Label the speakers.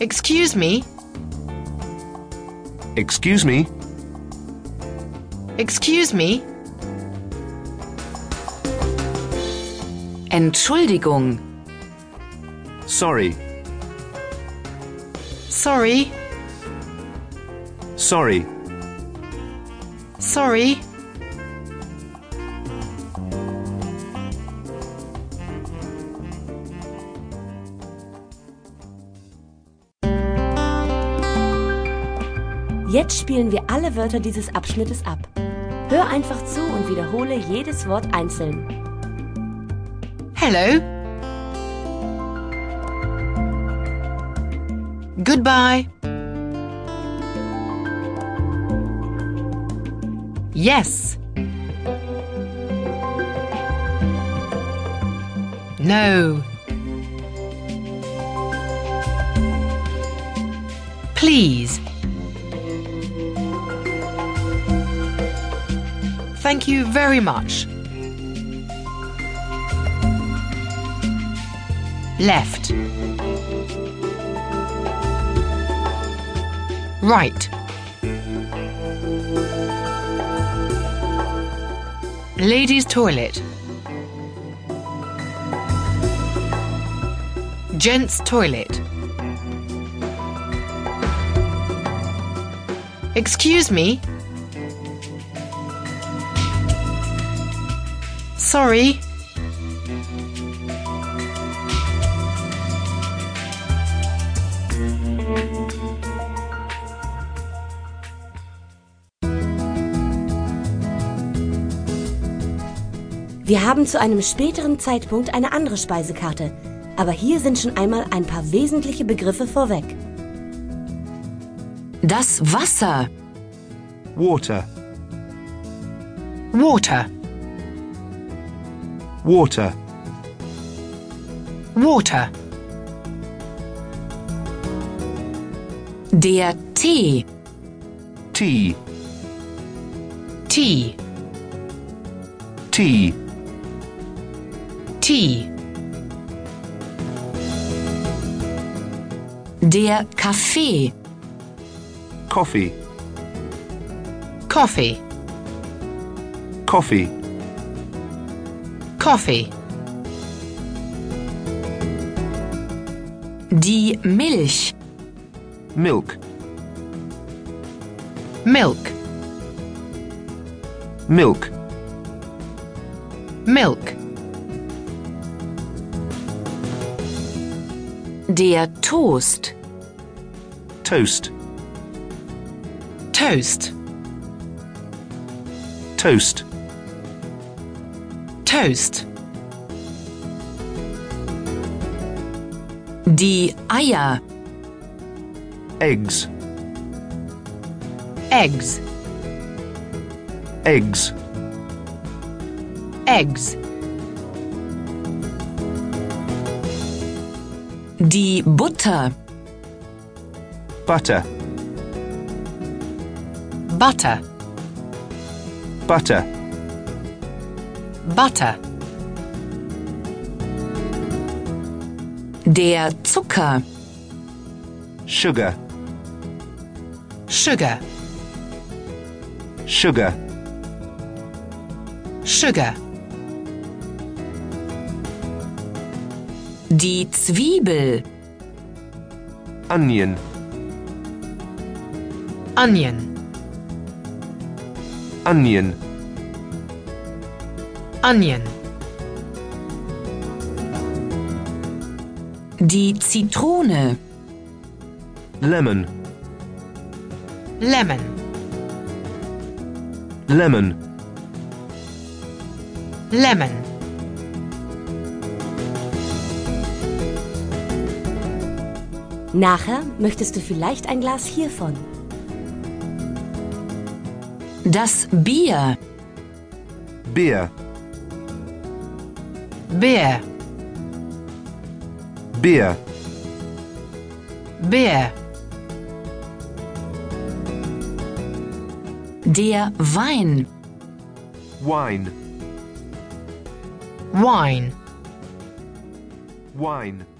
Speaker 1: Excuse me.
Speaker 2: Excuse me.
Speaker 1: Excuse me.
Speaker 3: Entschuldigung.
Speaker 2: Sorry.
Speaker 1: Sorry.
Speaker 2: Sorry.
Speaker 1: Sorry.
Speaker 4: Jetzt spielen wir alle Wörter dieses Abschnittes ab. Hör einfach zu und wiederhole jedes Wort einzeln.
Speaker 1: Hello. Goodbye. Yes. No. Please. Thank you very much. Left. Right. Ladies' toilet. Gents' toilet. Excuse me. Sorry.
Speaker 4: Wir haben zu einem späteren Zeitpunkt eine andere Speisekarte, aber hier sind schon einmal ein paar wesentliche Begriffe vorweg.
Speaker 3: Das Wasser.
Speaker 2: Water.
Speaker 1: Water.
Speaker 2: Water.
Speaker 1: Water.
Speaker 3: Der Tee.
Speaker 2: Tea.
Speaker 1: Tea.
Speaker 2: Tea.
Speaker 1: Tea.
Speaker 3: Der Kaffee.
Speaker 2: Coffee.
Speaker 1: Coffee.
Speaker 2: Coffee.
Speaker 1: Coffee.
Speaker 3: Die Milch.
Speaker 2: Milk.
Speaker 1: Milk.
Speaker 2: Milk.
Speaker 1: Milk.
Speaker 3: Der Toast.
Speaker 2: Toast.
Speaker 1: Toast.
Speaker 2: Toast.
Speaker 1: Toast.
Speaker 3: Die Eier.
Speaker 2: Eggs.
Speaker 1: Eggs.
Speaker 2: Eggs.
Speaker 1: Eggs.
Speaker 3: Die Butter.
Speaker 2: Butter.
Speaker 1: Butter.
Speaker 2: Butter.
Speaker 1: Butter.
Speaker 3: Der Zucker.
Speaker 2: Sugar.
Speaker 1: Sugar.
Speaker 2: Sugar.
Speaker 1: Sugar.
Speaker 3: Die Zwiebel.
Speaker 2: Onion.
Speaker 1: Onion.
Speaker 2: Onion.
Speaker 1: Onion.
Speaker 3: Die Zitrone.
Speaker 2: Lemon.
Speaker 1: Lemon.
Speaker 2: Lemon.
Speaker 1: Lemon.
Speaker 4: Nachher möchtest du vielleicht ein Glas hiervon.
Speaker 3: Das Bier.
Speaker 2: Beer.
Speaker 1: Beer.
Speaker 2: Beer.
Speaker 1: Beer.
Speaker 3: Der Wein.
Speaker 2: Wine.
Speaker 1: Wine.
Speaker 2: Wine.